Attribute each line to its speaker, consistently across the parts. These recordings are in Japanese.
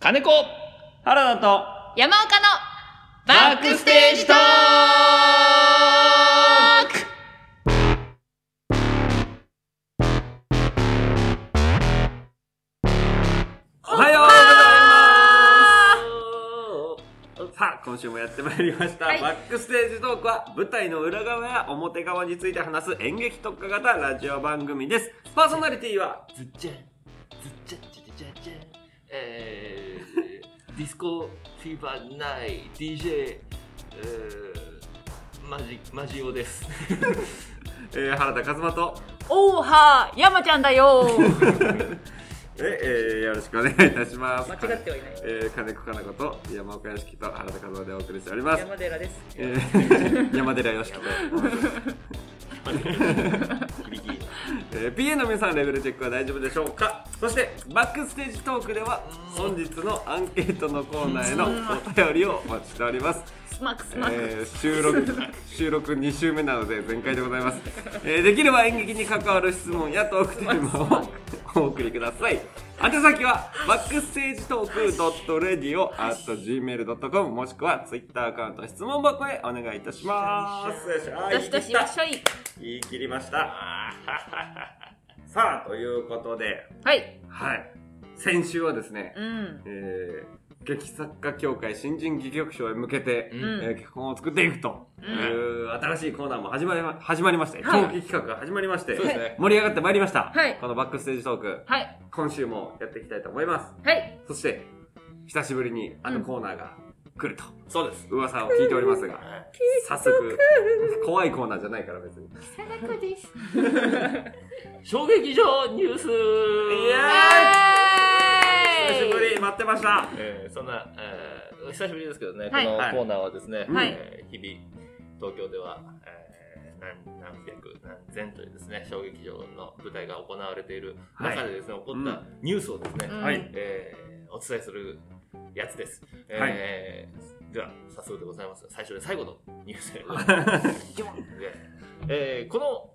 Speaker 1: 金子
Speaker 2: 原田と
Speaker 3: 山岡の
Speaker 1: バックステージトーク
Speaker 2: おはようございますさあ、今週もやってまいりました、
Speaker 3: はい
Speaker 2: バックステージトークは舞台の裏側や表側について話す演劇特化型ラジオ番組です。パーソナリティは、
Speaker 1: ずっちゃん、ずっちゃん、ちゃちゃちゃちゃん。えー、ディスコフィーバーない DJ、えー、マジ、マジオです。
Speaker 2: えー原田和馬と、
Speaker 3: おーはー山ちゃんだよー
Speaker 2: ええーよろしくお願いいたします。
Speaker 3: 間違ってはいない
Speaker 2: えー金子かな子と山岡良樹と原田和馬でお送りしております。
Speaker 3: 山寺です
Speaker 2: え ー山寺良樹と。えー PA の皆さんレベルチェックは大丈夫でしょうかそしてバックステージトークでは本日のアンケートのコーナーへのお便りをお待ちしております、
Speaker 3: スマックス
Speaker 2: え
Speaker 3: マック、
Speaker 2: ー収録収録2週目なので全開でございます、えーできれば演劇に関わる質問やトークテーマをお送りください宛先はバックステージトークドットレディオ at gmail.com もしくはツイッターアカウント質問箱へお願いいたしますよいしょ
Speaker 3: どしどしいらっしゃい
Speaker 2: 言い切りました。 さあ、ということで、
Speaker 3: はい
Speaker 2: はい。先週はですね、
Speaker 3: うん
Speaker 2: えー、劇作家協会新人戯曲賞へ向けて、
Speaker 1: うん
Speaker 2: えー脚本を作っていくと
Speaker 3: ん
Speaker 2: いう新しいコーナーも始まりま始まりまして、
Speaker 3: はい
Speaker 2: 長期企画が始まりまして、
Speaker 1: そうですね
Speaker 2: 盛り上がってまいりました、
Speaker 3: はい
Speaker 2: このバックステージトーク、
Speaker 3: はい
Speaker 2: 今週もやっていきたいと思います。
Speaker 3: はい
Speaker 2: そして、久しぶりにあのコーナーが来ると、
Speaker 1: そうです。
Speaker 2: 噂を聞いておりますが、早速、怖いコーナーじゃないから別に。
Speaker 3: さらこです
Speaker 1: 衝撃場ニュース
Speaker 2: いや久しぶり待ってました
Speaker 1: えーそんな、えー久しぶりですけどね、
Speaker 3: はい
Speaker 1: このコ
Speaker 2: はい
Speaker 1: ーナーはですね、
Speaker 3: はい
Speaker 1: えー日々東京では、えー何何百何千というですね小劇場の舞台が行われている
Speaker 2: はい
Speaker 1: 中でですね、起こ
Speaker 2: うん
Speaker 1: ったニュースをですね、
Speaker 2: はい
Speaker 1: えーお伝えするやつです、えーでは早速でございます最初で最後のニュー スでございますでえーこの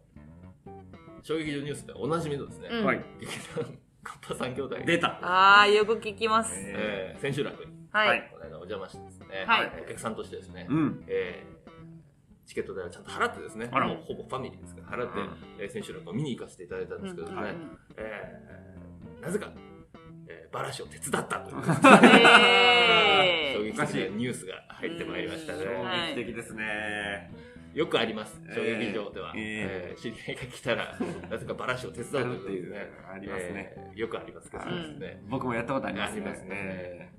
Speaker 1: 衝撃場ニュースでおなじみのですね、
Speaker 3: うん
Speaker 2: はい
Speaker 1: 劇団カッパ三兄弟
Speaker 2: 出た
Speaker 3: あーよく聞きます、
Speaker 1: えー千秋楽に
Speaker 3: はい、
Speaker 2: はい
Speaker 1: この間お邪魔してですね、
Speaker 3: はい
Speaker 1: お客さんとしてですね、
Speaker 2: うん
Speaker 1: えーチケット代をちゃんと払ってですね、
Speaker 2: あら
Speaker 1: もうほぼファミリーですから、払って、えー、選手を見に行かせていただいたんですけどね、
Speaker 3: うんうんうん
Speaker 1: えーなぜか、えー、バラシを手伝ったと いう、
Speaker 3: え
Speaker 1: 衝
Speaker 3: ー
Speaker 1: 撃的なニュースが入ってまいりましたね。
Speaker 3: うんはい
Speaker 2: 衝撃的ですね
Speaker 1: よくあります、衝撃場では。
Speaker 2: え
Speaker 1: えー知り合いが来たら、なぜかバラシを手伝うということですね。
Speaker 2: ありますね
Speaker 1: えーよくありますけどですね。
Speaker 2: 僕もやったことあります
Speaker 1: ありますね
Speaker 2: え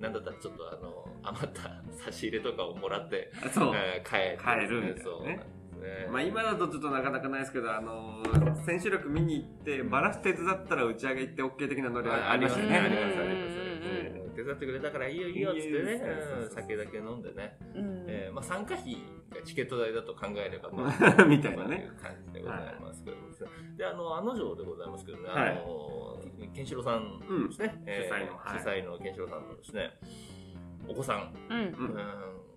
Speaker 1: なんだったらちょっとあの余った差し入れとかをもらって、
Speaker 2: えそう
Speaker 1: えー帰ってです
Speaker 2: 帰るみたいなね
Speaker 1: そうなんですね
Speaker 2: まあ今だとちょっとなかなかないですけどあのー千秋楽見に行ってバラし手伝ったら打ち上げ行って OK 的なノリはありましたよね
Speaker 3: あ
Speaker 2: あ
Speaker 3: り
Speaker 2: り
Speaker 3: ま
Speaker 2: ますす
Speaker 3: ね
Speaker 2: よ
Speaker 1: ありま
Speaker 2: ね
Speaker 1: すあります手伝ってくれたからいいよいいよっつってね
Speaker 2: いいよいいよそうそう
Speaker 1: うん
Speaker 2: そう
Speaker 1: 酒だけ飲んでね、
Speaker 3: うん
Speaker 1: えーまあ、参加費がチケット代だと考えれば、ま
Speaker 2: みたいなね
Speaker 1: まあという感じでございますけどもですね、であの案の定でございますけどね、
Speaker 2: はい
Speaker 1: あのケンシロウさんですね、えー
Speaker 2: 主催のはい
Speaker 1: 主催のケンシロウさんのですねお子さん
Speaker 3: うん
Speaker 2: う
Speaker 1: うん
Speaker 2: ん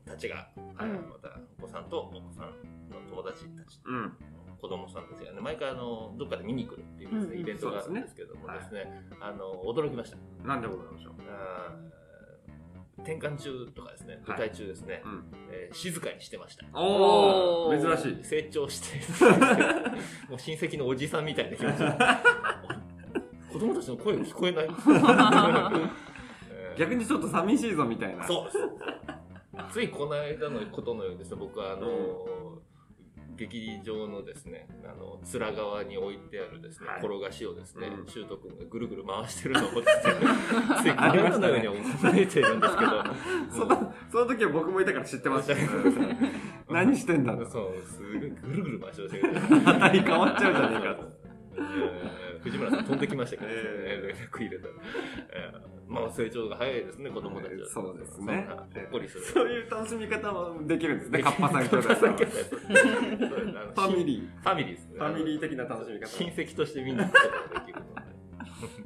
Speaker 1: たちが、はいまたお子さんとお子さんの友達たち
Speaker 2: うん
Speaker 1: 子供さんたちがね毎回あのどっかで見に来るっていうですね、
Speaker 3: うんうん
Speaker 1: イベントがあるん
Speaker 2: そう
Speaker 1: で
Speaker 2: です
Speaker 1: けどもですねあの驚きました
Speaker 2: なんでございましょう
Speaker 1: あー転換中とかですね舞台中ですね、
Speaker 2: うん
Speaker 1: えー静かにしてました
Speaker 2: お
Speaker 3: お
Speaker 2: お
Speaker 3: ー
Speaker 2: 珍しい
Speaker 1: 成長して もう親戚のおじさんみたいな 気持ち子供たちの声が聞こえないえー
Speaker 2: 逆にちょっと寂しいぞみたいな
Speaker 1: そうです。ついこの間のことのようにですね、僕はあの、劇場のですね、あの、面側に置いてあるですね、
Speaker 2: はい
Speaker 1: 転がしをですね、
Speaker 2: うん
Speaker 1: シュート君がぐるぐる回してるのを ですね、ついこの
Speaker 2: ありま
Speaker 1: 間
Speaker 2: し
Speaker 1: の
Speaker 2: たね
Speaker 1: ように覚えてるんですけど、
Speaker 2: そのその時は僕もいたから知ってました
Speaker 1: うん
Speaker 2: うん 何してんだろう
Speaker 1: そう、すごいぐるぐる回してましたけど、
Speaker 2: 当たり変わっちゃうじゃねえかと
Speaker 1: えー 藤村さん飛んできましたけど、ね
Speaker 2: え
Speaker 1: 連絡入れたら、えーまあ成長が早いですね子供たちは、
Speaker 2: そうですね
Speaker 1: そんなほっこりする
Speaker 2: そういう楽しみ方もできるんですねカッパさん兄弟さんはファミ
Speaker 1: ー。
Speaker 2: リー
Speaker 1: ファミリーですね。
Speaker 2: ファミリー的な楽しみ方
Speaker 1: 親戚としてみんな来てたらできるので。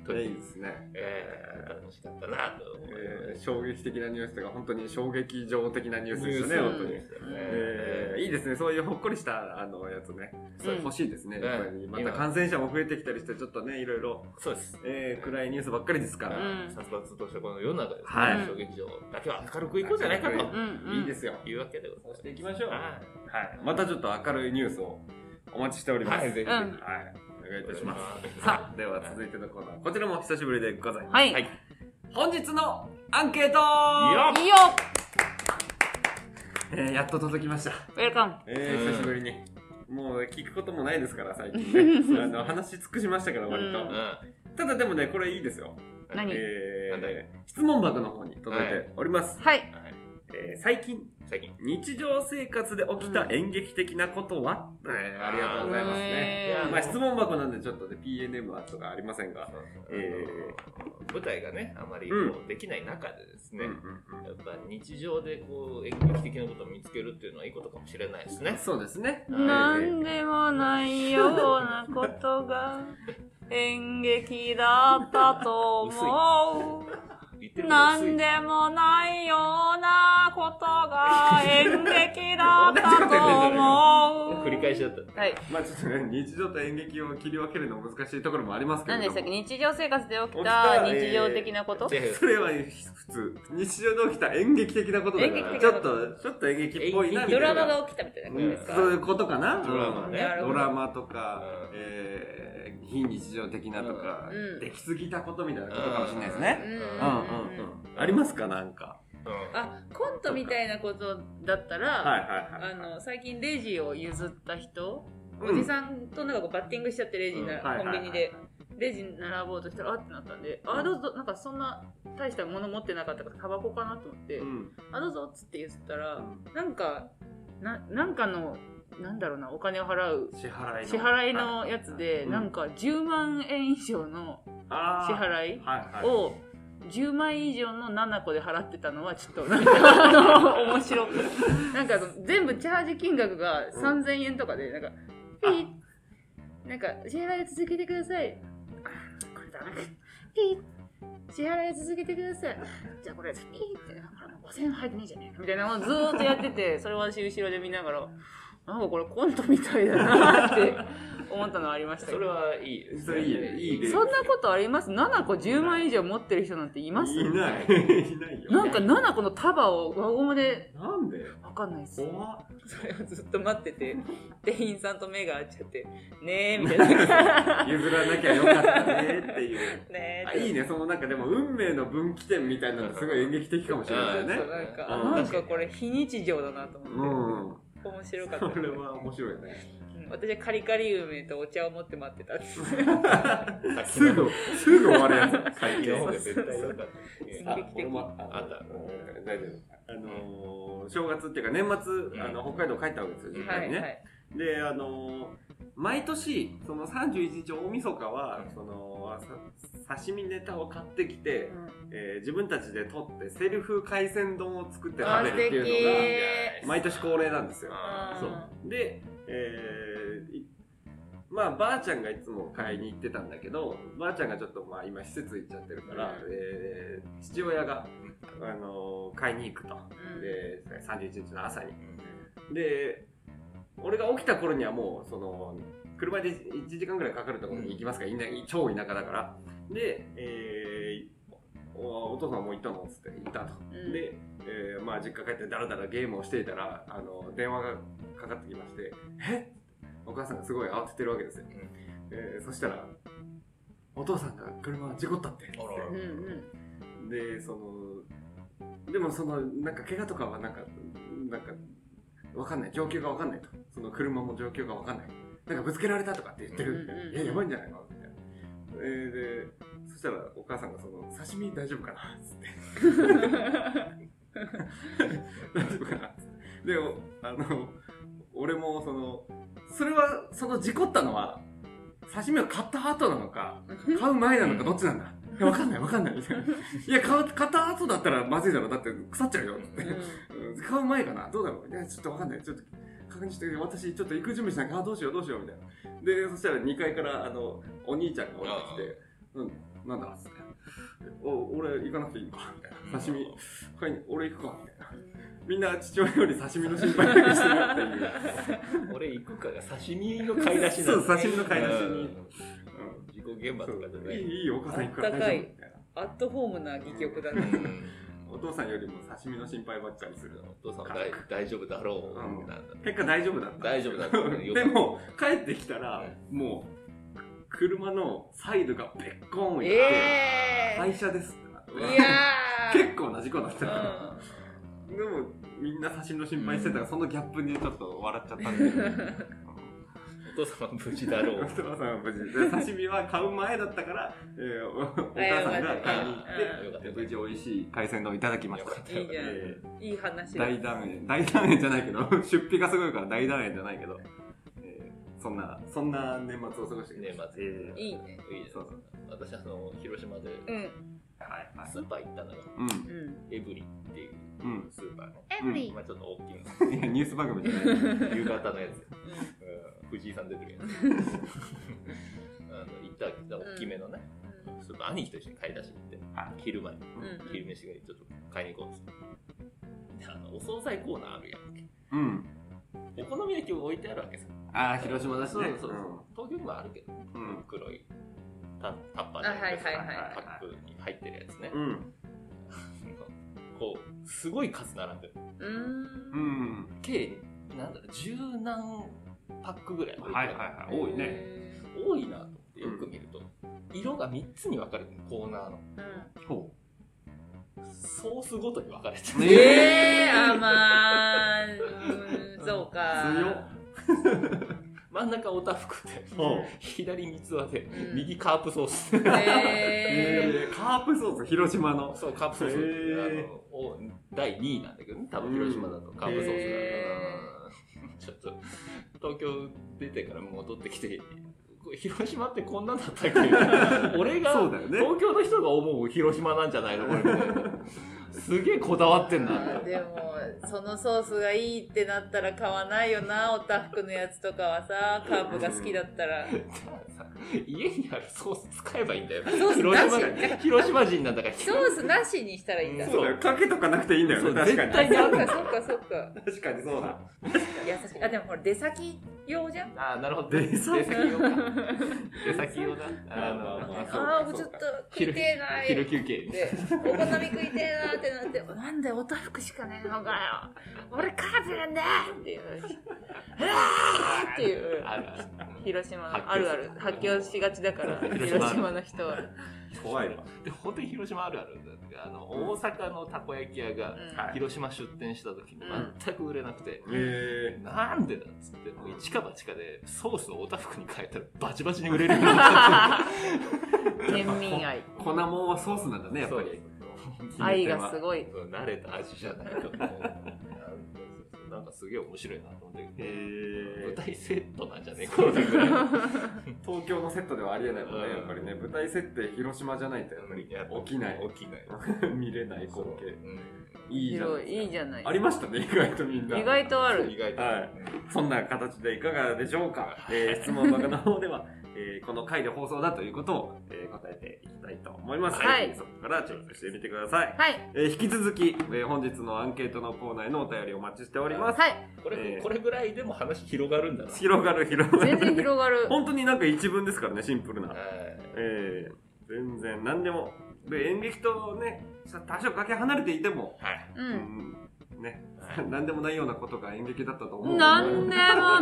Speaker 1: 当
Speaker 2: いい
Speaker 1: に
Speaker 2: で。すね、
Speaker 1: えー、楽しかったなと思い
Speaker 2: え
Speaker 1: ま
Speaker 2: ー
Speaker 1: す。
Speaker 2: 衝撃的なニュースとか本当に衝撃上的なニュースでしたね
Speaker 1: ニュー
Speaker 2: 本
Speaker 1: ス
Speaker 2: 当に、
Speaker 1: ですよね
Speaker 2: えーいいですねそういうほっこりしたあのやつねそれ欲しいですね、
Speaker 1: うん
Speaker 2: やっぱりまた感染者も増えてきたりしてちょっとねいろいろ、
Speaker 1: そうです。
Speaker 2: えー暗いニュースばっかりですから、
Speaker 3: うん
Speaker 1: 殺伐としたこの世の中ですね、
Speaker 2: はい
Speaker 1: 小劇場だけは明るくいこうじゃないか
Speaker 2: 明
Speaker 1: と
Speaker 3: うんうん。
Speaker 2: いいですよ
Speaker 1: いうわけでございます。
Speaker 2: していきましょう
Speaker 1: は
Speaker 2: はい、またちょっと明るいニュースをお待ちしております。
Speaker 1: はいぜ
Speaker 3: ひうん
Speaker 2: はい、お願いいたします。
Speaker 1: す
Speaker 2: さあ、では続いてのコーナー、こちらも久しぶりでございます。
Speaker 3: はい。
Speaker 1: はい
Speaker 3: い
Speaker 2: 本日のアンケート
Speaker 1: よ
Speaker 3: いよ
Speaker 2: えーやっと届きました。
Speaker 3: ウェルカム
Speaker 2: え
Speaker 1: うん
Speaker 2: ー、久しぶりに。もう聞くこともないですから、最近ね。あの話尽くしましたから、割
Speaker 3: う
Speaker 1: うん
Speaker 2: と。ただでもね、これいいですよ。
Speaker 3: 何
Speaker 2: え
Speaker 1: なんだ
Speaker 2: ー、質問箱の方に届いております。
Speaker 3: はい。
Speaker 1: はい
Speaker 2: えー最近、
Speaker 1: 最近。
Speaker 2: 日常生活で起きた演劇的なことは、えーありがとうございますね。
Speaker 1: いや
Speaker 3: うん
Speaker 2: まあ、質問箱なんでちょっとね PNM はとかありませんが、え
Speaker 1: ー、舞台がね、あまりこうできない中でですね、やっぱ日常でこう演劇的なことを見つけるっていうのはいいことかもしれないですね。
Speaker 2: そうですね
Speaker 3: なんでもないようなことが演劇だったと思
Speaker 1: 言って
Speaker 3: う。
Speaker 1: る
Speaker 3: な
Speaker 1: 薄
Speaker 3: ん
Speaker 1: い
Speaker 3: でもないようなことが演劇だったと思う。
Speaker 1: 繰り返しだった。
Speaker 3: はい。
Speaker 2: まあちょっとね日常と演劇を切り分けるの難しいところもありますけれ
Speaker 3: 何
Speaker 2: ど
Speaker 3: で
Speaker 2: も
Speaker 3: したっけ日常生活で起きた日常的なこと、
Speaker 1: で
Speaker 2: それは普通日常で起きた演劇的なことだか
Speaker 3: 演
Speaker 2: ら
Speaker 3: 劇
Speaker 2: ちょ
Speaker 3: 的な
Speaker 2: っ
Speaker 3: こと
Speaker 2: とちょっと演劇っぽいなみた
Speaker 3: ド
Speaker 2: いな
Speaker 3: ラマが起きたみたいなことですか、
Speaker 2: そういうことかな
Speaker 1: ドラマね
Speaker 2: うん
Speaker 3: なるほ
Speaker 2: ド
Speaker 3: ど
Speaker 2: ラマとか、
Speaker 1: うん
Speaker 2: えー非日常的なとか、
Speaker 3: うん
Speaker 2: できすぎたことみたいなことかもしれないです
Speaker 1: う
Speaker 2: ね、
Speaker 1: ん
Speaker 2: うんうんうん、ありますかなんか
Speaker 1: うん
Speaker 3: あコントみたいなことだったら、
Speaker 2: はいはいはい
Speaker 3: あの最近レジを譲った人、
Speaker 2: うん
Speaker 3: おじさんとなんかこうバッティングしちゃってレジな、
Speaker 2: うんはいはい
Speaker 3: コ
Speaker 2: は
Speaker 3: ン
Speaker 2: い
Speaker 3: ビニでレジ並ぼうとしたらあってなったんで、あどうぞなんかそんな大したもの持ってなかったからタバコかなと思って、
Speaker 2: うん
Speaker 3: あどうぞっつって譲ったら、
Speaker 2: う
Speaker 3: なんかななんかのなんだろうなお金を払う
Speaker 2: 支払いの
Speaker 3: 支払いのやつで、
Speaker 2: うん
Speaker 3: なんか10万円以上の支
Speaker 2: 支
Speaker 3: 払い
Speaker 2: はいはい、
Speaker 3: を10枚以上の7個で払ってたのはちょっとなんかあの面白くなんかあの全部チャージ金額が3000円とかでなんか「ピー」なんか「支払い続けてください」あこれだなピー支払い続けてくださいじゃあこれピーってほらもう5000円入ってねえじゃねえかみたいなのをずーっとやっててそれを私後ろで見ながらなんかこれコントみたいだなって思ったのはありましたけ
Speaker 1: それ
Speaker 3: ど
Speaker 1: はいいですね。
Speaker 2: それいいよいい例です
Speaker 3: そんなことあります ?7 個10万円以上持ってる人なんています
Speaker 2: いないいないよ
Speaker 3: なんか7個の束を輪ゴムで
Speaker 2: なんで
Speaker 3: わかんないです
Speaker 2: 怖っ
Speaker 3: それをずっと待って て店員さんと目が合っちゃって「ねえ」みたいなね
Speaker 2: 譲らなきゃよかったねって いう
Speaker 3: え
Speaker 2: あいいねそのなんかでも運命の分岐点みたいなのすごい演劇的かもしれないよ
Speaker 3: そう
Speaker 2: ね
Speaker 3: そうなんか、
Speaker 2: うん
Speaker 3: なんかこれ非日常だなと
Speaker 2: うん
Speaker 3: 思って、面白かった
Speaker 2: これは面白いね
Speaker 3: うん私はカリカリ梅とお茶を持って待ってたんです
Speaker 1: さっき
Speaker 2: す
Speaker 1: の
Speaker 2: ぐすぐ終わるやつ
Speaker 1: 最近
Speaker 2: 最近
Speaker 1: の方が絶対良かっ
Speaker 3: あ
Speaker 1: た。
Speaker 2: 俺もあ
Speaker 1: あった
Speaker 2: うん大丈夫あのー正月っていうか年末あの北海道帰ったわけですよ実
Speaker 3: は
Speaker 2: 家
Speaker 3: い
Speaker 2: に
Speaker 3: は
Speaker 2: ね、
Speaker 3: い
Speaker 2: であの毎年その31日大晦日はそのさ刺身ネタを買ってきて、えー自分たちで取ってセルフ海鮮丼を作って食べるっていうの
Speaker 3: え
Speaker 2: が毎年恒例なんですよ
Speaker 1: あ
Speaker 2: そうで、えーいまあばあちゃんがいつも買いに行ってたんだけどばあちゃんがちょっとまあ今施設行っちゃってるから、えー父親が、あの買いに行くと
Speaker 3: うん
Speaker 2: で31日の朝にで俺が起きた頃にはもうその車で1時間ぐらいかかるところに行きますから、いない超田舎だからで、えーおお父さんもう行ったのっつって行ったと、
Speaker 3: うん
Speaker 2: で、えーまあ、実家帰ってダラダラゲームをしていたらあの電話がかかってきまして「えお母さんがすごい慌ててるわけですよ、
Speaker 1: ん
Speaker 2: えーそしたら「お父さんが車事故ったって」
Speaker 1: あらら
Speaker 3: うん うん
Speaker 2: でそのでもそのなんか怪我とかはなんかなんかわかんない状況がわかんないとその車も状況がわかんないなんかぶつけられたとかって言ってるみたいな、
Speaker 3: うんうんうん
Speaker 2: いややばいんじゃないのみたいな、えーでそしたらお母さんがその刺身大丈夫かなっつって大丈夫かなっつって でおあの俺もそのそれはその事故ったのは刺身を買った後なのか買う前なのかどっちなんだいやわかんないわかんないみたいないや買う買った後だったらまずいだろだって腐っちゃうよって
Speaker 3: うん
Speaker 2: うん買う前かなどうだろういやちょっとわかんないちょっと確認して私ちょっと行く準備しなきゃあどうしようどうしようみたいなでそしたら2階からあのお兄ちゃんが降りてきて、うんなんだっつってお俺行かなくていいのかみたいな刺身買いに俺行くかみたいなみんな父親より刺身の心配だけしてるってい う
Speaker 1: 俺行くかが刺身の買い出しな
Speaker 2: そ
Speaker 1: ん
Speaker 2: う
Speaker 1: だ
Speaker 2: 刺身の買い出し
Speaker 1: う
Speaker 2: に
Speaker 1: ん事故現場とかじゃ
Speaker 2: うん
Speaker 1: ないい
Speaker 2: いいいよお母さん行くから
Speaker 3: あっ
Speaker 2: 大丈
Speaker 3: たか
Speaker 2: 夫
Speaker 3: い
Speaker 2: みたいな
Speaker 3: アットホームな戯曲だ
Speaker 1: う
Speaker 3: ね。
Speaker 1: ん
Speaker 2: お父さんよりも刺身の心配ばっかりする
Speaker 1: お父さんは大大丈夫だろ
Speaker 2: う
Speaker 1: うんなんだ
Speaker 2: 結果大丈夫だった
Speaker 1: 大丈夫だろう
Speaker 2: でも帰ってきたらもう車のサイドがべっこん置いて、
Speaker 3: え
Speaker 2: 廃車ですってなっ
Speaker 3: ー、
Speaker 2: て
Speaker 3: いや
Speaker 2: 結構な事故だったから
Speaker 3: ー、
Speaker 2: でもみんな刺身の心配してたから、そのギャップにちょっと笑っちゃったんで
Speaker 1: お父さんは無事だろ
Speaker 2: お
Speaker 1: う
Speaker 2: 父さんは無事で刺身は買う前だったから、えーおお母さんが買いに行
Speaker 3: うん
Speaker 1: よかっ
Speaker 2: ったて
Speaker 1: よ
Speaker 2: 無事美味しい海鮮丼いただきまし
Speaker 1: か
Speaker 2: た
Speaker 1: ったよ
Speaker 3: いいじゃん
Speaker 2: え
Speaker 3: うんいい話
Speaker 2: ー
Speaker 3: だ。
Speaker 2: 大断円大断円じゃないけど 出費がすごいから大断円じゃないけど、えーそんなそんな年末を過ごしてきました
Speaker 1: 年末
Speaker 2: え
Speaker 3: いいね。
Speaker 1: いいじゃ
Speaker 2: そうそ
Speaker 1: ん私あの広島で
Speaker 3: うん。
Speaker 2: ーはいはい
Speaker 1: スーパー行ったのよ
Speaker 2: うん
Speaker 3: うん。
Speaker 1: エブリっていう
Speaker 2: うん
Speaker 1: スーパーの
Speaker 3: エ
Speaker 2: ブリ
Speaker 1: 今ちょっと大きいの
Speaker 2: いやニュース番組じゃない
Speaker 1: 夕方のやつ、うん、藤井さん出てるやつあ の行った大きめのね、ちょっと兄貴と一緒に買い出しに行って、
Speaker 2: は
Speaker 1: 昼前に
Speaker 3: うん
Speaker 1: 昼飯がちょっと買いに行こうっつってであのお惣菜コーナーあるやんけ
Speaker 2: うん
Speaker 1: お好み焼きを置いてあるわけさ
Speaker 2: ああ広島だしね
Speaker 1: そうそうそう、東京にもあるけど、
Speaker 2: うん
Speaker 1: 黒いタタッパー
Speaker 3: あはいはいはい
Speaker 1: パックに入ってるやつね、
Speaker 2: うん
Speaker 1: こうすごい数並んでる
Speaker 3: う。
Speaker 2: うんん
Speaker 1: 計なんだろう十何パックぐらい置いてある、
Speaker 2: はい多いね
Speaker 1: 多いなと思ってよく見ると、色が3つに分かれてるコーナーの
Speaker 3: うん。
Speaker 2: ほ
Speaker 1: ソースごとに分かれて
Speaker 2: ね
Speaker 1: る、
Speaker 3: えー、あまあ、うんそうか。
Speaker 2: 強っ
Speaker 1: 真ん中おたふくで
Speaker 2: ほ
Speaker 1: 左三つ輪で、
Speaker 3: うん
Speaker 1: 右カープソース
Speaker 3: え
Speaker 2: えーカープソース広島の
Speaker 1: そうカープソース、
Speaker 2: へー
Speaker 1: あのお第2位なんだけどね多分広島だとカープソースが、
Speaker 3: へ
Speaker 1: うんちょっと東京出てから戻ってきてこれ広島ってこんなんだったっけ 俺が
Speaker 2: そうだよね
Speaker 1: 東京の人が思う広島なんじゃないのこれみたいなすげえこだわってんな
Speaker 3: ー、でもそのソースがいいってなったら買わないよなおたふくのやつとかはさカープが好きだったら
Speaker 1: さ家にあるソース使えばいいんだよ
Speaker 3: ソース
Speaker 1: 広
Speaker 3: なし
Speaker 1: 島広島人なんだから
Speaker 3: ソースなしにしたらいいんだ
Speaker 1: うん
Speaker 3: そ
Speaker 2: そうだよかけとかなくていいんだよ
Speaker 1: そ
Speaker 2: ね
Speaker 1: う
Speaker 2: 確か
Speaker 1: 絶対
Speaker 2: に
Speaker 1: にあ
Speaker 3: っ
Speaker 1: るんだ
Speaker 3: か
Speaker 1: よ
Speaker 3: そっかそっか
Speaker 2: 確かにそうだ
Speaker 3: 優しいあでもほら出先用じゃん
Speaker 1: あーなるほど
Speaker 2: 出
Speaker 1: 出
Speaker 2: 先
Speaker 1: 先用か出先用だあ
Speaker 2: まあ
Speaker 1: の
Speaker 2: ま
Speaker 1: あ
Speaker 2: あ
Speaker 1: そう
Speaker 3: ああ
Speaker 1: か
Speaker 3: ーち
Speaker 1: そ
Speaker 3: ょっ
Speaker 1: う
Speaker 3: と
Speaker 1: か
Speaker 3: 食いてえな
Speaker 1: 昼
Speaker 3: ー
Speaker 1: 休憩
Speaker 3: でお好み食いてえなーってなって「なんでおたふくしかねえのかよ俺カープなんだ!」っていう「うわー!」っていう
Speaker 1: あるある
Speaker 3: 広島のあるある発狂しがちだから
Speaker 1: そうそう
Speaker 3: 広
Speaker 1: 広島
Speaker 3: 島の人は、
Speaker 2: 怖いわ
Speaker 1: で本当に広島あるあるなんだけどあの大阪のたこ焼き屋
Speaker 3: う
Speaker 1: が
Speaker 3: ん
Speaker 2: はい
Speaker 1: 広島出店した時に全く売れなくて、
Speaker 2: え
Speaker 1: なんでだっつってもう一か八かでソースをおたふくに変えたらバチバチに売れるように なっ
Speaker 3: 県民愛
Speaker 2: ー、粉もんはソースなんだね
Speaker 1: て
Speaker 2: やっぱり
Speaker 3: 愛がす
Speaker 2: い
Speaker 3: ごい
Speaker 1: 慣れた味じゃないと思うなんかすげえ面白いなと思って、
Speaker 2: え
Speaker 1: 舞
Speaker 2: ー、
Speaker 1: 台セットなんじゃねえこのぐらい
Speaker 2: 東京のセットではありえないもんね
Speaker 1: うん
Speaker 2: やっぱりね舞台設定広島じゃないとやっぱり起きない
Speaker 1: 起きない
Speaker 2: 見れない光景いいじゃん
Speaker 3: 広いいいじゃない
Speaker 2: ありましたね意外とみんな
Speaker 3: 意外とある
Speaker 1: 意外と、
Speaker 2: はいそんな形でいかがでしょうか、 えー質問箱の方では、えーこの回で放送だということを、えー答えていきたいと思います、
Speaker 3: はい
Speaker 2: そこから調査してみてください、
Speaker 3: はい
Speaker 2: えー引き続き、えー本日のアンケートのコーナーへのお便りお待ちしております、
Speaker 3: はい
Speaker 1: これ、
Speaker 2: えー
Speaker 1: これぐらいでも話広がるんだな
Speaker 2: 広がる広が
Speaker 3: 全
Speaker 2: る
Speaker 3: 然広がる
Speaker 2: 本当になんか一文ですからねシンプルな、
Speaker 1: はい
Speaker 2: えー全然何でもで演劇とねさ多少かけ離れていても、
Speaker 3: う
Speaker 2: うんんね 何でもないようなことが演劇だったと思う
Speaker 3: なんでも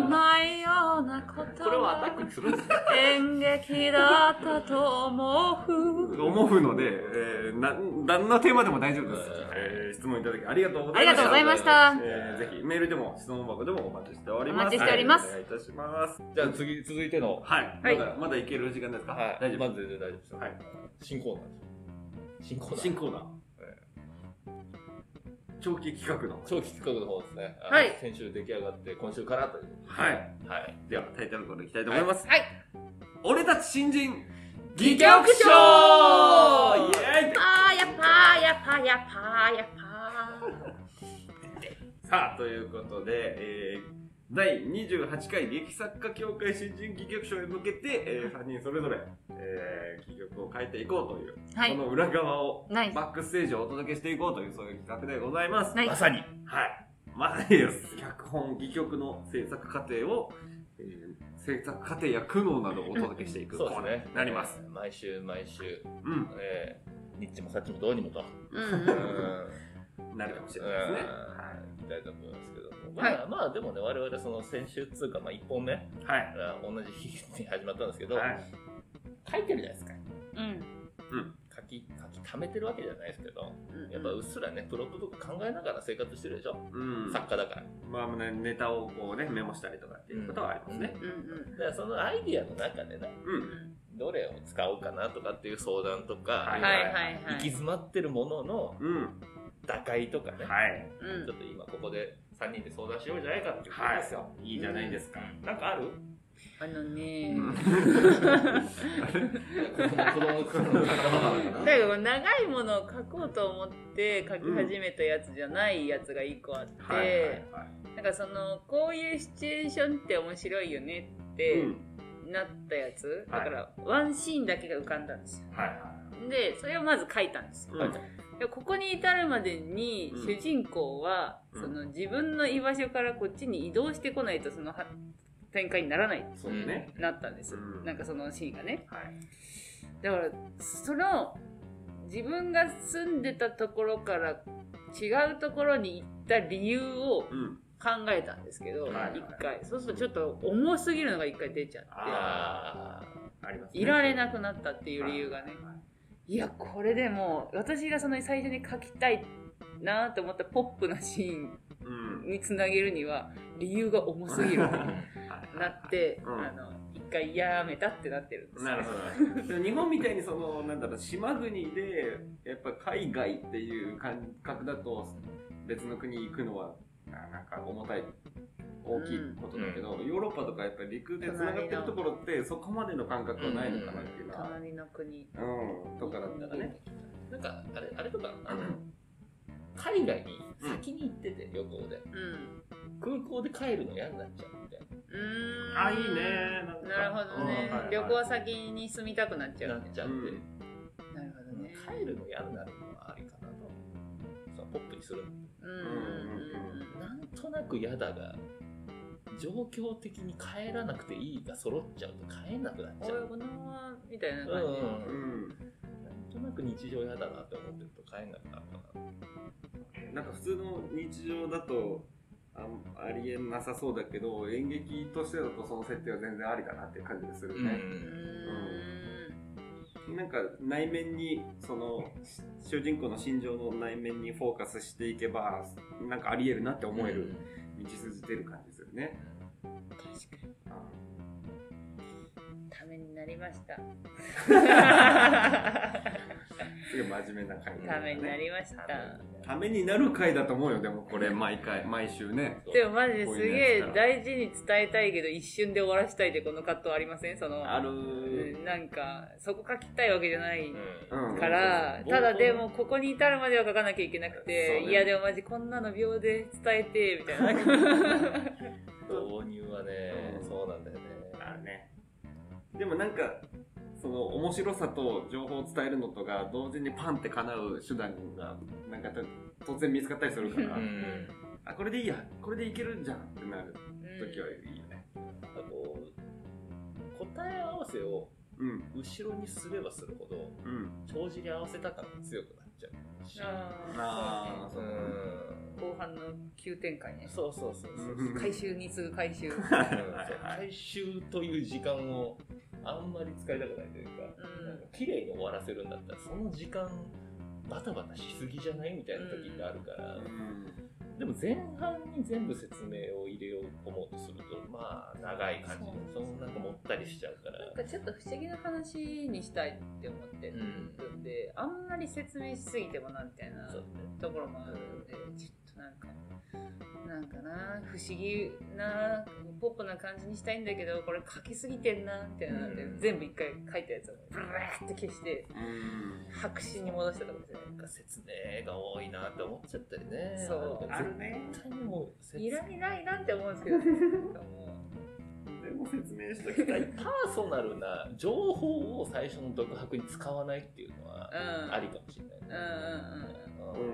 Speaker 3: ないようなこと
Speaker 1: これはアタックにするんですか
Speaker 3: 演劇だったと思う
Speaker 2: 思うので、えー、な何のテーマでも大丈夫です、えー、質問いただきありがとうございました
Speaker 3: ありがとうございました
Speaker 2: えー、ぜひメールでも質問箱でもお待ちしております
Speaker 3: お待ちしております
Speaker 2: はいお願いいたします
Speaker 1: じゃあ次続いての、
Speaker 2: はい、
Speaker 3: はい
Speaker 2: まだまだいける時間ですか、
Speaker 1: はい、
Speaker 2: 大丈
Speaker 1: ま
Speaker 2: 夫
Speaker 1: ず全然大丈夫ですよ、
Speaker 2: はい
Speaker 1: 新コーナーです新コーナー
Speaker 2: 新コーナー、長期企画の
Speaker 1: 長期企画の方ですね、あの
Speaker 3: はい
Speaker 1: 先週出来上がって今週からという
Speaker 2: はい
Speaker 1: はい
Speaker 2: ではタイトルコールいきたいと思います、
Speaker 3: はい
Speaker 2: 俺たち新人
Speaker 1: 戯
Speaker 2: 戯
Speaker 1: 曲
Speaker 2: 曲
Speaker 1: 賞
Speaker 2: 賞イエーイ
Speaker 3: あーやっぱーやっぱーやっぱーやっぱ
Speaker 2: さあということで、えー第28回劇作家協会新人戯曲賞へ向けて、え3人それぞれ、えー、戯曲を書いていこうという、
Speaker 3: は
Speaker 2: こ
Speaker 3: い。
Speaker 2: の裏側を
Speaker 3: ナイス。
Speaker 2: バックステージをお届けしていこうというそういう企画でございます。
Speaker 3: ナイ
Speaker 1: ま
Speaker 3: ス。
Speaker 1: さに。
Speaker 2: はい。まさにです。脚本、戯曲の制作過程を、えー制作過程や苦悩などをお届けしていく
Speaker 1: そう
Speaker 2: コーナ
Speaker 1: で
Speaker 2: ー
Speaker 1: すね。
Speaker 2: になります。。
Speaker 1: 毎週毎週、
Speaker 2: うん。
Speaker 1: えー、ニッチもサッチもどうにもと。
Speaker 3: うんう。
Speaker 1: うんん
Speaker 2: なるかもしれないですね。
Speaker 1: いきたいと思いますけども、まあ、まあでもね我々その先週っつうかまあ1本目が
Speaker 2: はい。
Speaker 1: 同じ日に始まったんですけど、
Speaker 2: はい。
Speaker 1: 書いてるじゃないですか
Speaker 3: うん。
Speaker 1: 書き書き溜めてるわけじゃないですけど
Speaker 3: うん
Speaker 1: やっぱうっすらねプロップとか考えながら生活してるでしょ、
Speaker 2: うん。
Speaker 1: 作家だから
Speaker 2: まあ、ね、ネタをこうね、メモしたりとかっていうことはありますね。
Speaker 3: うんう
Speaker 1: だ
Speaker 3: ん。
Speaker 1: からそのアイディアの中でね
Speaker 2: うん。
Speaker 1: どれを使おうかなとかっていう相談とか、
Speaker 2: はい
Speaker 3: はいはいはい。
Speaker 1: 行き詰まってるものの
Speaker 2: うん。
Speaker 1: 打開とかね、
Speaker 2: はい。
Speaker 3: うん
Speaker 1: ちょっと今ここで3人で相談しようじゃないかっていうことですよ、
Speaker 2: いいじゃないですか。
Speaker 1: なんかある
Speaker 3: あの
Speaker 2: う
Speaker 3: ね
Speaker 2: ん。
Speaker 1: 子供子供
Speaker 3: だけど長いものを書こうと思って書き始めたやつじゃないやつが一個あって、
Speaker 2: はいはいは
Speaker 3: なんかそのこういうシチュエーションって面白いよねっ
Speaker 2: い。う
Speaker 3: て
Speaker 2: ん。
Speaker 3: なったやつ、
Speaker 2: はい
Speaker 3: だからワンシーンだけが浮かんだんですよ
Speaker 2: はい
Speaker 3: でそれをまず書いたんですよ、
Speaker 2: はい。
Speaker 3: でここに至るまでに
Speaker 2: うん
Speaker 3: 主人公は、
Speaker 2: うん
Speaker 3: その自分の居場所からこっちに移動してこないとそのは展開にならない
Speaker 2: そうね。
Speaker 3: なったんです、
Speaker 2: うん
Speaker 3: なんかそのシーンがね
Speaker 2: はい。
Speaker 3: だからその自分が住んでたところから違うところに行った理由を
Speaker 2: うん。
Speaker 3: 考えたんですけど、一
Speaker 2: はいはい
Speaker 3: 回そうするとちょっと重すぎるのが一回出ちゃっ
Speaker 1: あ
Speaker 2: あります
Speaker 3: て
Speaker 2: ね
Speaker 3: いられなくなったっていう理由がね
Speaker 2: はい
Speaker 3: やこれでも私がその最初に書きたいなと思ったポップなシーン
Speaker 2: うん。
Speaker 3: につなげるには理由が重 すぎるって
Speaker 1: ー
Speaker 3: なって、
Speaker 2: うん
Speaker 3: あの一回やめたってなってるんですよ
Speaker 2: なるほど。でも日本みたいにその、なんだろう、島国で、やっぱ海外っていう感覚だと、別の国行くのは、あなんか重たい、大きいことだけど、ヨーロッパとかやっぱり陸で繋がってるところって、そこまでの感覚はないのかなっていうのは、
Speaker 3: 隣の国
Speaker 2: うん、とかだったらね。
Speaker 1: なんかあれあれとかあの海外に先に行ってて旅行で
Speaker 3: うん
Speaker 1: 空港で帰るの嫌になっちゃうみたいな
Speaker 3: うーん
Speaker 2: あ、いいね。んか
Speaker 3: なるほどね
Speaker 2: うんはい
Speaker 3: 旅行は先に住みたくなっちゃ
Speaker 1: な
Speaker 3: う
Speaker 1: っちゃっ
Speaker 2: う
Speaker 1: て、
Speaker 2: ん
Speaker 3: なるほどね
Speaker 1: 帰るの嫌になるのはありかなとそのポップにする
Speaker 3: うんうんうんうん
Speaker 1: のなんとなく嫌だが状況的に帰らなくていいが揃っちゃうと帰んなくなっちゃ、
Speaker 3: おいうこのままみたいな
Speaker 1: うん
Speaker 3: 感じ、
Speaker 2: うん。
Speaker 1: なんとなく日常嫌だなって思ってると帰んなくなるかな
Speaker 2: なんか普通の日常だと、あんありえなさそうだけど、演劇としてだとその設定は全然ありだなっていう感じがするね。
Speaker 3: うーん
Speaker 2: なんか内面にそのし主人公の心情の内面にフォーカスしていけばなんかありえるなって思える道筋出る感じですよね。
Speaker 3: 確か
Speaker 2: あ
Speaker 3: にためになりました
Speaker 2: ーすごい真面目な回
Speaker 3: ためになりました
Speaker 2: ためになる回だと思うよでもこれ毎回毎週ね。
Speaker 1: そう
Speaker 3: でもマジです
Speaker 2: こう
Speaker 3: げ
Speaker 2: いうや
Speaker 3: え
Speaker 2: つだ
Speaker 3: 大事に伝えたいけど一瞬で終わらしたいってこの葛藤ありませんその
Speaker 2: る
Speaker 3: うんなんかそこ書きたいわけじゃない
Speaker 2: うん
Speaker 3: から、
Speaker 1: うん
Speaker 3: ただでもここに至るまでは書かなきゃいけなくて、
Speaker 2: そうね
Speaker 3: いやでもマジこんなの秒で伝えてみたい な
Speaker 1: 導入はね、
Speaker 2: うん
Speaker 1: そうなんだよね
Speaker 2: あるね。でもなんかその面白さと情報を伝えるのとが同時にパンって叶う手段がなんかと突然見つかったりするから、
Speaker 1: うん
Speaker 2: あこれでいいやこれでいけるんじゃんってなる時はいいよね。
Speaker 1: なんかこう答え合わせを
Speaker 2: うん
Speaker 1: 後ろにすればするほど
Speaker 2: うん
Speaker 1: 帳尻合わせた感が強くなっちゃうし
Speaker 3: うん
Speaker 2: あ
Speaker 3: あー
Speaker 2: ーそう
Speaker 1: うん
Speaker 3: そう後半の急展開ね
Speaker 1: そうそうそうそう
Speaker 2: うん
Speaker 3: 回収に次ぐ 回収うん
Speaker 1: 回収という時間をあんまり使いたくないというか、なんか綺麗に終わらせるんだったらその時間バタバタしすぎじゃないみたいな時ってあるから、でも前半に全部説明を入れようと思うとするとまあ長い感じで
Speaker 3: そ
Speaker 1: そうのなんかもったりしちゃうから
Speaker 3: なんかちょっと不思議な話にしたいって思って
Speaker 1: うん
Speaker 3: るんで、あんまり説明しすぎてもなみたいな
Speaker 1: そうね
Speaker 3: ところもあるんで、ちょっとなんか、なんかな、不思議な、ポップな感じにしたいんだけど、これ書きすぎてんな、みたいなので、
Speaker 1: うん
Speaker 3: 全部一回書いたやつをブラーって消して、
Speaker 2: うん
Speaker 3: 白紙に戻したところですね。
Speaker 1: なんか説明が多いなって思っちゃったりね
Speaker 3: そう
Speaker 1: あ
Speaker 2: るね
Speaker 1: 対にもう説
Speaker 3: い
Speaker 1: 明
Speaker 3: らないなって思うんで すけど、ね、
Speaker 2: でも説明しときたい
Speaker 1: パーソナルな情報を最初の独白に使わないっていうのは
Speaker 3: うん
Speaker 1: ありかもしれないね、
Speaker 2: う
Speaker 1: う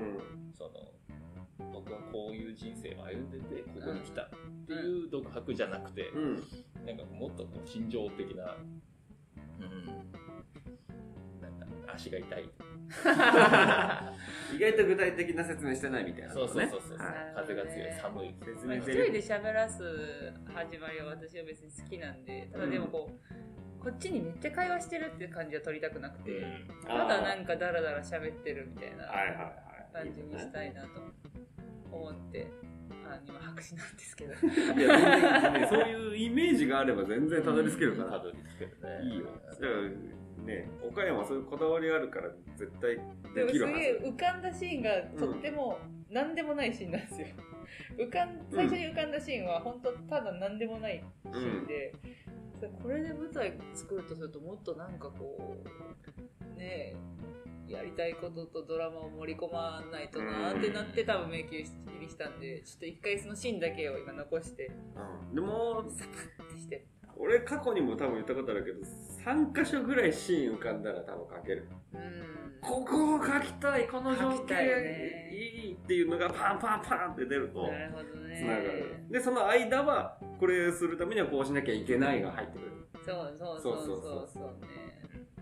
Speaker 1: ん
Speaker 2: ん
Speaker 1: その僕はこういう人生を歩んでてここに来たっていう独白じゃなくて、
Speaker 2: うん
Speaker 1: なんかもっとこう心情的な、うん、なんか足が痛い
Speaker 2: 意外と具体的な説明してないみたいな
Speaker 1: そうそうそうそう、
Speaker 2: はい
Speaker 1: 風が強い寒い
Speaker 2: 説
Speaker 3: まあ
Speaker 2: 明
Speaker 3: 一
Speaker 2: ゼ
Speaker 3: 人
Speaker 2: リフ
Speaker 3: で喋らす始まりは私は別に好きなんで、ただでもこう、こっちにめっちゃ会話してるって感じは取りたくなくて、ただなんかダラダラ喋ってるみたいな
Speaker 2: はいはいはい
Speaker 3: 感じにしたいなと思って、あ今白紙なんですけ ど。
Speaker 2: いや全然ねそういうイメージがあれば全然たどり着けるから、
Speaker 1: たどり着けるね
Speaker 2: いいよだからね岡山はそういうこだわりがあるから絶対
Speaker 3: でも
Speaker 2: ですき
Speaker 3: げ
Speaker 2: るは
Speaker 3: え
Speaker 2: ず
Speaker 3: 浮かんだシーンがとっても何でもないシーンなんですよ。 浮かん最初に浮かんだシーンは本当ただ何でもないシーンで、これで舞台作るとするともっとなんかこうねえやりたいこととドラマを盛り込まないとなーってなって多分迷宮入りしたんでちょっと一回そのシーンだけを今残して
Speaker 2: うんでも
Speaker 3: して
Speaker 2: 俺過去にも多分言ったことあるけど3箇所ぐらいシーン浮かんだら多分書ける
Speaker 3: うん
Speaker 2: ここを書きたいこの
Speaker 3: 書
Speaker 2: 情
Speaker 3: き
Speaker 2: 景
Speaker 3: たいね
Speaker 2: いいっていうのがパンパンパンって出ると
Speaker 3: なるほど
Speaker 2: つ
Speaker 3: ね
Speaker 2: ながるでその間はこれするためにはこうしなきゃいけないが入ってく る
Speaker 3: そうそうそうそうそうね。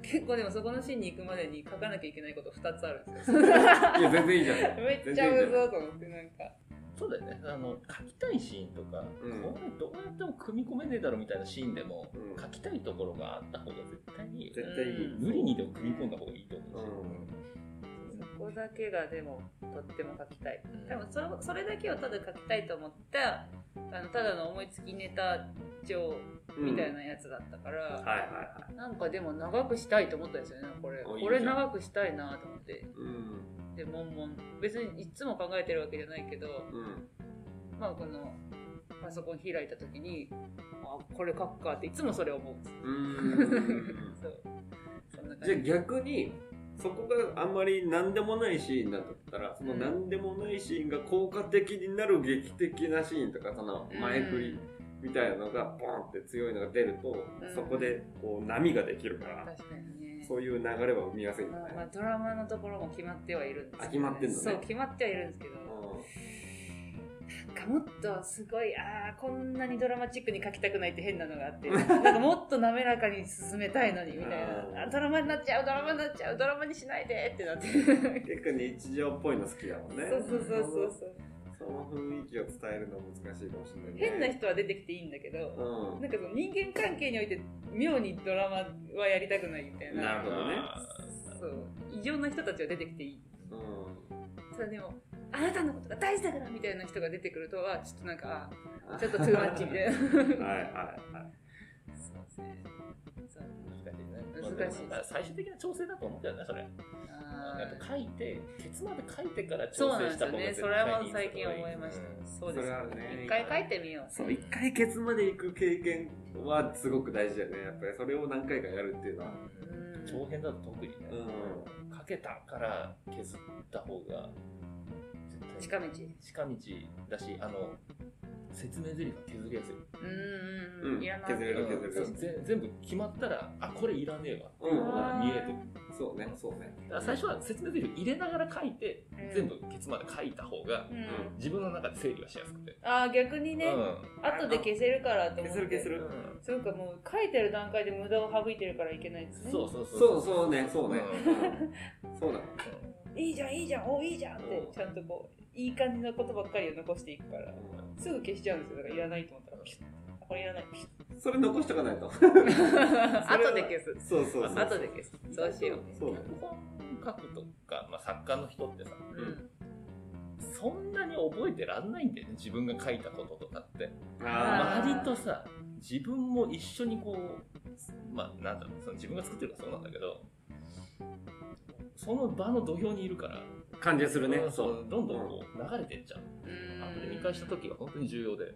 Speaker 3: 結構でもそこのシーンに行くまでに書かなきゃいけないこと2つあるんですよ。
Speaker 2: いや全然いいじゃん
Speaker 3: めっちゃむぞと思ってなんか。
Speaker 1: そうだよねあの書きたいシーンとか、
Speaker 2: うん
Speaker 1: これどうやっても組み込めねえだろみたいなシーンでも、
Speaker 2: うん
Speaker 1: 書きたいところがあった方が絶対に
Speaker 2: 絶対いい、
Speaker 3: うん
Speaker 1: 無理にでも組み込んだ方がいいと思うし、
Speaker 3: そこだけがでもとっても書きたい。
Speaker 1: うん
Speaker 3: 多分それそれだけをただ書きたいと思ったあのただの思いつきネタ帳みたいなやつだったか
Speaker 2: うん
Speaker 3: ら、
Speaker 2: はいはいはい
Speaker 3: なんかでも長くしたいと思ったんですよねこれ
Speaker 2: おいいじゃん
Speaker 3: これ長くしたいなと思って
Speaker 2: うん
Speaker 3: でもんもん別にいつも考えてるわけじゃないけど
Speaker 2: うん
Speaker 3: まあこのパソコン開いた時にあこれ書くかっていつもそれ思うんです
Speaker 2: うん
Speaker 3: そうそんな感
Speaker 2: じゃあ
Speaker 3: じ
Speaker 2: 逆にそこがあんまり何でもないシーンだったらその
Speaker 3: うん
Speaker 2: 何でもないシーンが効果的になる劇的なシーンとかその前振
Speaker 3: う
Speaker 2: り
Speaker 3: ん
Speaker 2: みたいなのがボンって強いのが出ると、
Speaker 3: ん
Speaker 2: そこでこう波ができるから、
Speaker 3: 確かにね
Speaker 2: そういう流れは生みやすいんだ
Speaker 3: まあまあ
Speaker 2: ね。
Speaker 3: ドラマのところも決まってはいるんですけ
Speaker 2: あ決まってんのね
Speaker 3: そう決まってはいるんですけどなんかもっとすごいあーこんなにドラマチックに書きたくないって変なのがあ ってなんかもっと滑らかに進めたいのにみたいな
Speaker 2: あー
Speaker 3: あドラマになっちゃうドラマになっちゃうドラマにしないでってなって
Speaker 2: うん結構日常っぽいの好きだもんね。
Speaker 3: そうそうそうそうそう
Speaker 2: その雰囲気を伝えるのは難しいかもしれない、ね。
Speaker 3: 変な人は出てきていいんだけど
Speaker 2: うん。
Speaker 3: なんかその人間関係において妙にドラマはやりたくないみたいな
Speaker 2: なるほどね
Speaker 3: そう異常な人たちは出てきていい
Speaker 2: うん
Speaker 3: ただでもあなたのことが大事だからみたいな人が出てくるとはちょっとなんかあちょっとトゥーマッチみたいなそう
Speaker 2: はいはいはい。
Speaker 3: ですねそう
Speaker 1: 難しいね
Speaker 3: 難しい
Speaker 1: まあでもなんか最終的な調整だと思うんだよねそれ
Speaker 3: あー
Speaker 1: やっぱ書いてケツまで書いてから
Speaker 3: そう
Speaker 1: 調
Speaker 3: な
Speaker 1: 整
Speaker 3: んで
Speaker 1: し
Speaker 3: す
Speaker 1: た方
Speaker 3: よ
Speaker 1: が
Speaker 3: ね
Speaker 1: 絶
Speaker 3: それは
Speaker 1: 対
Speaker 3: も
Speaker 1: に
Speaker 3: う最近思いました
Speaker 1: うん
Speaker 3: そうで
Speaker 2: そ
Speaker 3: す
Speaker 2: れはね
Speaker 3: 一回書いてみよう
Speaker 2: そう一回ケツまで行く経験はすごく大事だよねやっぱりそれを何回かやるっていうのは
Speaker 3: うん
Speaker 1: 長編だと特にね、
Speaker 2: う
Speaker 1: かけたから削った方が絶対
Speaker 3: 近道
Speaker 1: 近道だしあの説明ゼリフは削りやすい、
Speaker 3: うんうんう
Speaker 2: うんん
Speaker 3: いらない
Speaker 2: 削れる削れる
Speaker 1: うんぜ全部決まったらあこれいらねえわって
Speaker 2: う
Speaker 1: い
Speaker 2: ん
Speaker 1: うのが見えてくる
Speaker 2: そうねそうね
Speaker 1: だから最初は説明ゼリフ入れながら書いて、
Speaker 3: うん
Speaker 1: 全部ケツまで書いた方が
Speaker 3: うん
Speaker 2: ん
Speaker 1: 自分の中で整理はしやすくて、
Speaker 3: あー逆にね
Speaker 1: う
Speaker 3: 後で消せるからと思っ
Speaker 2: 消
Speaker 3: て
Speaker 2: せる消せ
Speaker 1: ん
Speaker 2: る
Speaker 3: そうかもう書いてる段階で無駄を省いてるからいけないですね
Speaker 1: そうそうそう
Speaker 2: そうそうねそうね
Speaker 1: うん
Speaker 2: うんそうだ
Speaker 3: いいじゃんいいじゃんおいいじゃんって
Speaker 1: うん
Speaker 3: ちゃんとこういい感じのことばっかりを残していくからすぐ消しちゃうんですよだからいらないと思ったらピュッあ これい らないピュッ
Speaker 2: それ残しとかないと
Speaker 3: 後で消す
Speaker 2: そうそうそう
Speaker 3: 後で消すそうしよう
Speaker 2: そうだ
Speaker 1: 脚本書くとか、まあ、作家の人ってさ
Speaker 3: うん
Speaker 1: そんなに覚えてらんないんだよね自分が書いたこととかって
Speaker 2: あ
Speaker 3: あー
Speaker 1: 割とさ自分も一緒にこうまあなんだろうその自分が作ってるからそうなんだけどその場の土俵にいるから、
Speaker 2: ー感じするね
Speaker 1: うん
Speaker 2: そ
Speaker 1: そううどんどんこう流れてっちゃう、
Speaker 3: うん
Speaker 1: 後で見返した時は本当に重要で、
Speaker 2: う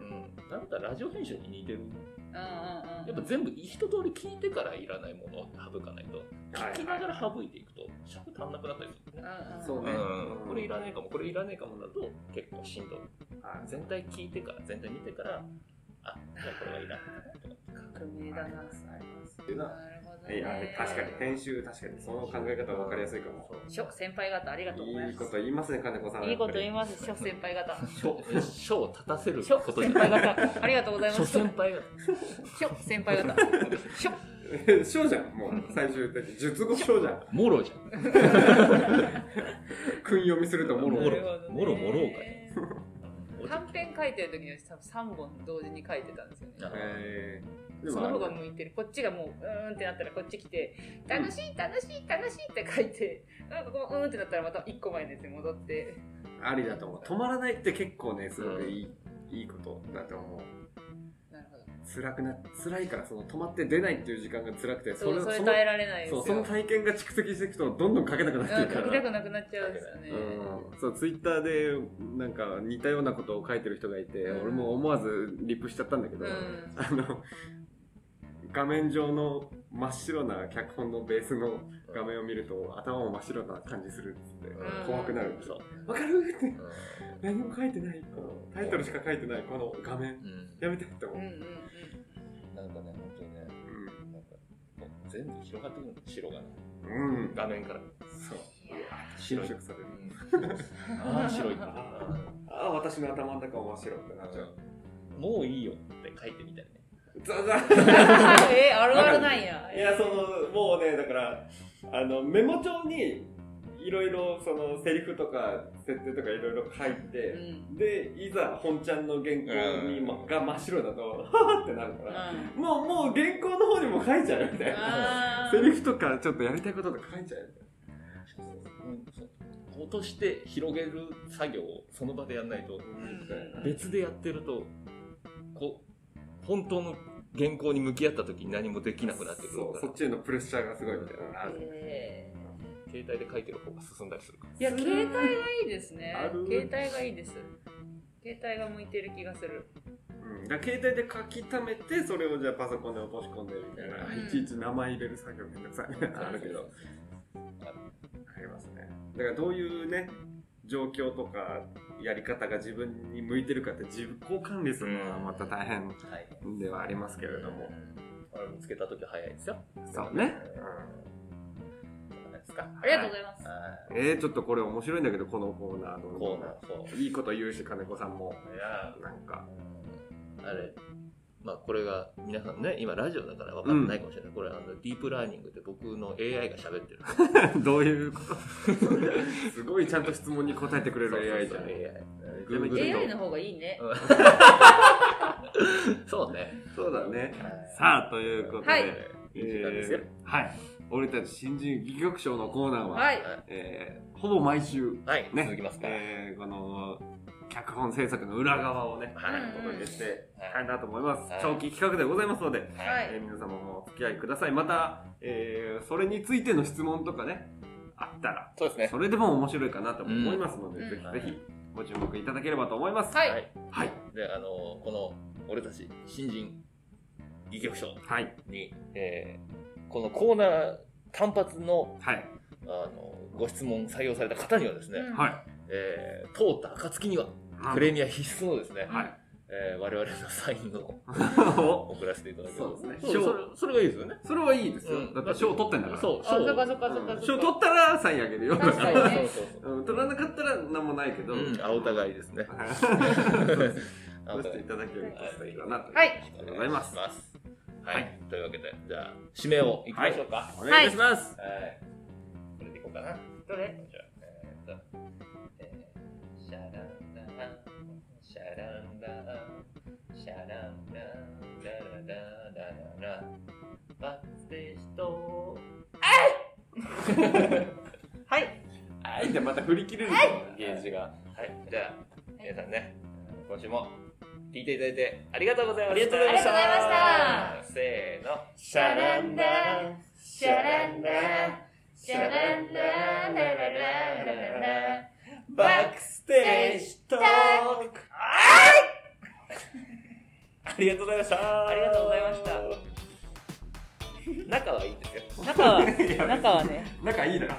Speaker 1: うんん、なんだラジオ編集に似てる
Speaker 3: うんうんうん
Speaker 1: やっぱ全部一通り聞いてからいらないものを省かないと
Speaker 2: はい
Speaker 1: 聞きながら省いていくと尺足んなくなったりするね
Speaker 3: うんうん
Speaker 2: そうね
Speaker 1: うんこれいらねえかもこれいらねえかもだと結構しんどい
Speaker 2: は
Speaker 1: 全体聞いてから全体見てからあじゃあこれはいらん
Speaker 3: 革命だな、あります。
Speaker 2: いな
Speaker 3: なるほど、
Speaker 2: いや
Speaker 3: ね。
Speaker 2: 確かに編集確かにその考え方は分かりやすいかも
Speaker 1: そう
Speaker 3: 諸先輩方、ありがとうござい
Speaker 2: い
Speaker 3: ま
Speaker 2: い
Speaker 3: す。
Speaker 2: こと言いますね金子さん
Speaker 3: いいこと言い
Speaker 2: い
Speaker 3: ます、諸先輩 方。
Speaker 1: 書書を立たせる
Speaker 3: 諸
Speaker 1: こと
Speaker 3: 先
Speaker 1: に
Speaker 3: 輩方、ありがとうございま
Speaker 1: 諸
Speaker 3: す。
Speaker 1: 先輩が
Speaker 3: 諸先輩方。諸
Speaker 2: ます賞じゃんもう最終的に術後賞じゃん
Speaker 1: もろじゃん
Speaker 2: 訓読みするともろ
Speaker 1: もろもろもろか
Speaker 3: ね。短編書いてる時には多分3本同時に書いてたんですよね。
Speaker 2: えー、
Speaker 3: その方が
Speaker 2: あ
Speaker 3: 向いてるこっちがもううーんってなったらこっち来て楽しい楽しい楽しいって書いてなんかこううーんってなったらまた一個前のやつに戻って
Speaker 2: ありだと思う止まらないって結構ねすごくいい,、いいことだと思う
Speaker 3: なるほど
Speaker 2: 辛くな辛いからその止まって出ないっていう時間が辛くて
Speaker 3: そう
Speaker 2: を
Speaker 3: それ
Speaker 2: の
Speaker 3: 耐えられないです
Speaker 2: そ
Speaker 3: よ
Speaker 2: うその体験が蓄積していくとどんどん書けなくなって
Speaker 3: う
Speaker 2: い
Speaker 3: ん
Speaker 2: くか
Speaker 3: 書き
Speaker 2: ら
Speaker 3: たくなくなっちゃうんですよね、
Speaker 2: うんそうツイッターでなんか似たようなことを書いてる人がいて、
Speaker 3: うん
Speaker 2: 俺も思わずリップしちゃったんだけど、
Speaker 3: うん
Speaker 2: あの画面上の真っ白な脚本のベースの画面を見ると頭も真っ白な感じするっつって
Speaker 1: うん
Speaker 2: 怖くなる
Speaker 1: そう
Speaker 2: わかるって
Speaker 1: う
Speaker 2: 何も書いてないこのタイトルしか書いてないこの画面
Speaker 1: んうん
Speaker 2: やめてって思
Speaker 3: う
Speaker 2: う、
Speaker 3: ん
Speaker 2: う
Speaker 3: うんん うん
Speaker 1: なんかね本当にねなんかこう全部広がってくるの白がね
Speaker 2: うん、
Speaker 1: 画面から
Speaker 2: そう
Speaker 3: いや
Speaker 2: 侵食される
Speaker 1: ああ白い
Speaker 2: ああ私の頭の中も真っ白ってなっちゃう
Speaker 1: もういいよって書いてみたりね
Speaker 2: ザザ
Speaker 3: えあるあるなん や
Speaker 2: いやそのもうねだからあのメモ帳にいろいろそのセリフとか設定とかいろいろ書いて、
Speaker 3: うん
Speaker 2: でいざ本ちゃんの原稿に、ま、が真っ白だとははってなるか
Speaker 3: うん
Speaker 2: ら、もうもう原稿の方にも書いちゃうみたいな
Speaker 3: あ
Speaker 2: セリフとかちょっとやりたいこととか書いちゃう
Speaker 1: 落として広げる作業をその場でやんないと
Speaker 2: みたいな
Speaker 1: 別でやってるとこう本当の原稿に向き合った時に何もできなくなってくる
Speaker 2: そう
Speaker 1: から
Speaker 2: そっちへのプレッシャーがすごいみたいなのがあ
Speaker 3: ー
Speaker 2: る
Speaker 3: へ
Speaker 1: 携帯で書いてる方が進んだりするから
Speaker 3: ーいや携帯がいいですね
Speaker 2: ある
Speaker 3: 携帯がいいです携帯が向いてる気がする
Speaker 2: うん、だから携帯で書き溜めてそれをじゃあパソコンで落とし込んでみたいな、
Speaker 3: うん
Speaker 2: いちいち名前入れる作業めんどくさいみたいなのあるけどありますねだからどういうね状況とかやり方が自分に向いてるかって自己管理するのはまた大変
Speaker 1: はい
Speaker 2: ではありますけれども、
Speaker 1: あれ見つけた時は早いですよ
Speaker 2: そうね、
Speaker 1: うんそうなんですか
Speaker 3: ありがとうございます
Speaker 1: あ
Speaker 2: うん、えー、ちょっとこれ面白いんだけどこのコーナーの
Speaker 1: ーコーナーそう
Speaker 2: いいこと言うし金子さんも
Speaker 1: いや
Speaker 2: なんか
Speaker 1: ーあれまあこれが皆さんね今ラジオだから分かってないかもしれない、これあのディープラーニングで僕の AI が喋ってる
Speaker 2: どういうこと すごいちゃんと質問に答えてくれる AI じゃん Google と
Speaker 3: AI の方がいいね
Speaker 1: そうね
Speaker 2: そうだねさあということで、
Speaker 3: はい
Speaker 2: え
Speaker 1: いい時間ですよ
Speaker 2: ーはい俺たち新人戯曲賞のコーナーは、
Speaker 3: はい
Speaker 2: えーほぼ毎週
Speaker 1: はい、
Speaker 2: ね
Speaker 1: 続きますから、
Speaker 2: えーこの脚本制作の裏側をね、
Speaker 1: はい
Speaker 2: お届けしていきた
Speaker 1: はい
Speaker 2: なと思います、
Speaker 1: はい
Speaker 2: 長期企画でございますので、
Speaker 1: い
Speaker 3: はい
Speaker 2: えー皆様もお付き合いくださいまた、えーそれについての質問とかねあったら
Speaker 1: そうですね
Speaker 2: それでも面白いかなとも思いますので、
Speaker 3: うん
Speaker 2: ぜ
Speaker 1: うん
Speaker 2: ひぜひご注目いただければと思います
Speaker 3: はい
Speaker 1: はい
Speaker 2: はい
Speaker 1: であのこの俺たち新人戯曲賞
Speaker 2: はい
Speaker 1: に、えーこのコーナー単発の
Speaker 2: はい
Speaker 1: あのご質問採用された方にはですね、
Speaker 3: うん
Speaker 2: はい
Speaker 1: えー通った暁にはプレミア必須のですね、
Speaker 2: はい
Speaker 1: えー我々のサインを
Speaker 2: お
Speaker 1: 送らせていただきます
Speaker 2: そうです
Speaker 1: そ
Speaker 2: ね
Speaker 1: それそれがいいですよね、
Speaker 2: それはいいですよ、
Speaker 1: うん
Speaker 2: だって賞取ってんだから
Speaker 1: そう
Speaker 3: あそっかそ
Speaker 1: そ
Speaker 3: っかそっかそっか
Speaker 2: 賞取ったらサインあげるよ
Speaker 3: 確かにね
Speaker 1: そうそう
Speaker 2: うん取らなかったら何もないけ
Speaker 1: そ
Speaker 2: ど、
Speaker 1: う、うん、あお 互いですね あ
Speaker 2: そ
Speaker 1: お互
Speaker 2: うして
Speaker 1: い
Speaker 2: いただけるとしたらいいかなと
Speaker 3: はい
Speaker 1: あり
Speaker 2: あり
Speaker 1: がと
Speaker 2: が
Speaker 1: うござ
Speaker 2: とうござ
Speaker 1: い
Speaker 2: い
Speaker 1: ま
Speaker 2: ますす
Speaker 1: はい、
Speaker 2: はい
Speaker 1: というわけでじゃあ締めをいきましょうか、
Speaker 2: お願いします、
Speaker 1: はい。これでいこうかな。
Speaker 3: どれ
Speaker 1: じゃあ、えーっと、えーシャランラン、シャランラン、シャランラン、ララララララ。バツで人。
Speaker 3: はい
Speaker 2: はい、じゃあまた振り切れるとゲージが。
Speaker 1: はい、じゃあ、皆さんね、今週も聞いていただいてありがとうございました。
Speaker 2: ありがとうございました
Speaker 3: ありがとう
Speaker 1: した。
Speaker 3: ございま
Speaker 1: せーの、シ
Speaker 3: ャランランシャランランシャランランララララララバック
Speaker 1: ス
Speaker 3: テージ
Speaker 1: トークありがとうございました
Speaker 3: ありがとうございました
Speaker 1: 仲はいいんですよ
Speaker 3: 中は中はね
Speaker 2: 仲いいだろ。